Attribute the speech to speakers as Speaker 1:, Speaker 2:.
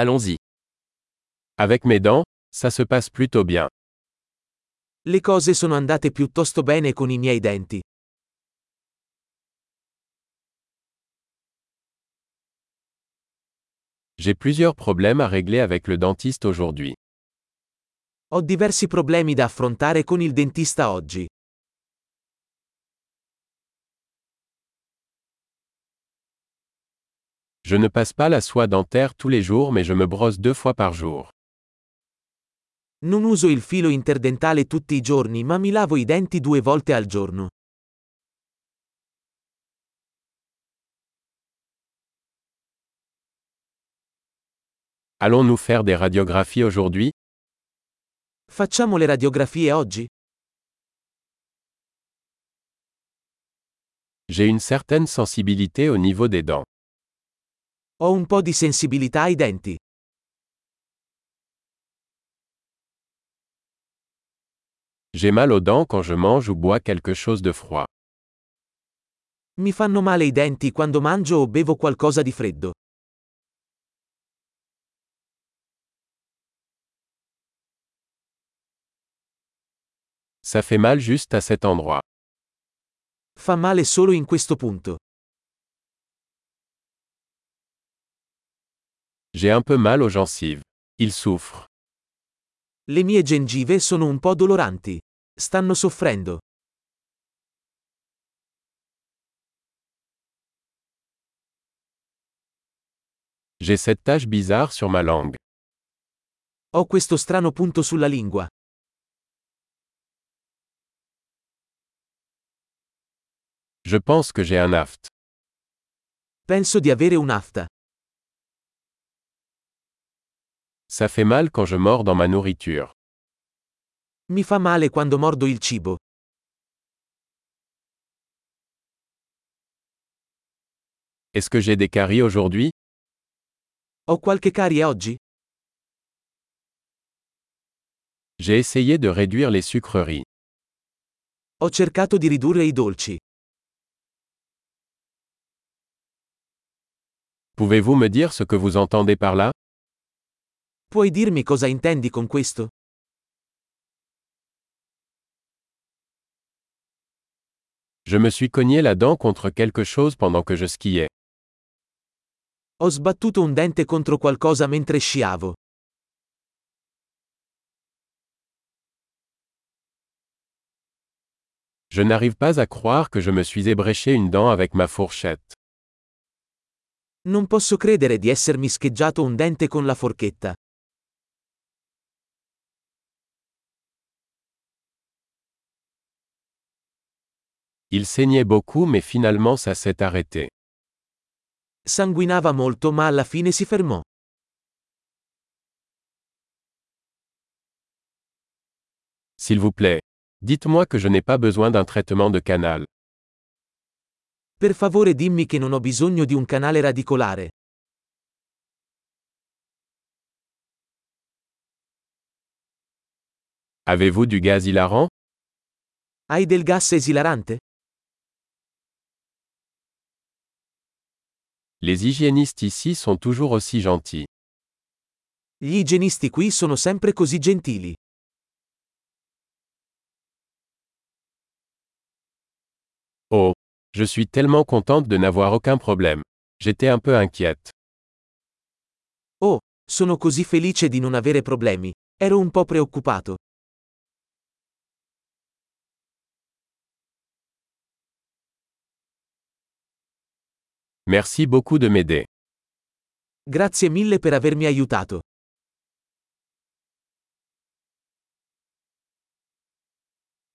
Speaker 1: Allons-y. Avec mes dents, ça se passe plutôt bien.
Speaker 2: Le cose sono andate piuttosto bene con i miei denti.
Speaker 1: J'ai plusieurs problèmes à régler avec le dentiste aujourd'hui.
Speaker 2: Ho diversi problemi da affrontare con il dentista oggi.
Speaker 1: Je ne passe pas la soie dentaire tous les jours mais je me brosse deux fois par jour.
Speaker 2: Non uso il filo interdentale tutti i giorni ma mi lavo i denti due volte al giorno.
Speaker 1: Allons-nous faire des radiographies aujourd'hui
Speaker 2: Facciamo le radiografie oggi?
Speaker 1: J'ai une certaine sensibilité au niveau des dents.
Speaker 2: Ho un po' di sensibilità ai denti.
Speaker 1: J'ai mal aux dents quand je mange ou bois quelque chose de froid.
Speaker 2: Mi fanno male i denti quando mangio o bevo qualcosa di freddo.
Speaker 1: Ça fait mal juste à cet endroit.
Speaker 2: Fa male solo in questo punto.
Speaker 1: J'ai un peu mal aux gencives. Ils souffrent.
Speaker 2: Le mie gengive sono un po' doloranti. Stanno soffrendo.
Speaker 1: J'ai cette tache bizarre sur ma langue.
Speaker 2: Ho questo strano punto sulla lingua.
Speaker 1: Je pense que j'ai un aft.
Speaker 2: Penso di avere un'afta.
Speaker 1: Ça fait mal quand je mords dans ma nourriture.
Speaker 2: Mi fa male quando mordo il cibo.
Speaker 1: Est-ce que j'ai des caries aujourd'hui
Speaker 2: Ho qualche carie oggi?
Speaker 1: J'ai essayé de réduire les sucreries.
Speaker 2: Ho cercato di ridurre i dolci.
Speaker 1: Pouvez-vous me dire ce que vous entendez par là
Speaker 2: Puoi dirmi cosa intendi con questo?
Speaker 1: Je me suis cogné la dent contre quelque chose pendant que je skiais.
Speaker 2: Ho sbattuto un dente contro qualcosa mentre sciavo.
Speaker 1: Je n'arrive pas à croire que je me suis ébréché une dent avec ma fourchette.
Speaker 2: Non posso credere di essermi scheggiato un dente con la forchetta.
Speaker 1: Il saignait beaucoup mais finalement ça s'est arrêté.
Speaker 2: Sanguinava molto ma alla fine si fermò.
Speaker 1: S'il vous plaît, dites-moi que je n'ai pas besoin d'un traitement de canal.
Speaker 2: Per favore dimmi che non ho bisogno di un canale radicolare.
Speaker 1: Avez-vous du gaz hilarant
Speaker 2: Hai del gas esilarante?
Speaker 1: Les hygiénistes ici sont toujours aussi gentils.
Speaker 2: Gli igienisti qui sono sempre così gentili.
Speaker 1: Oh, je suis tellement contente de n'avoir aucun problème. J'étais un peu inquiète.
Speaker 2: Oh, sono così felice di non avere problemi. Ero un po' preoccupato.
Speaker 1: Merci beaucoup de m'aider.
Speaker 2: Grazie mille per avermi aiutato.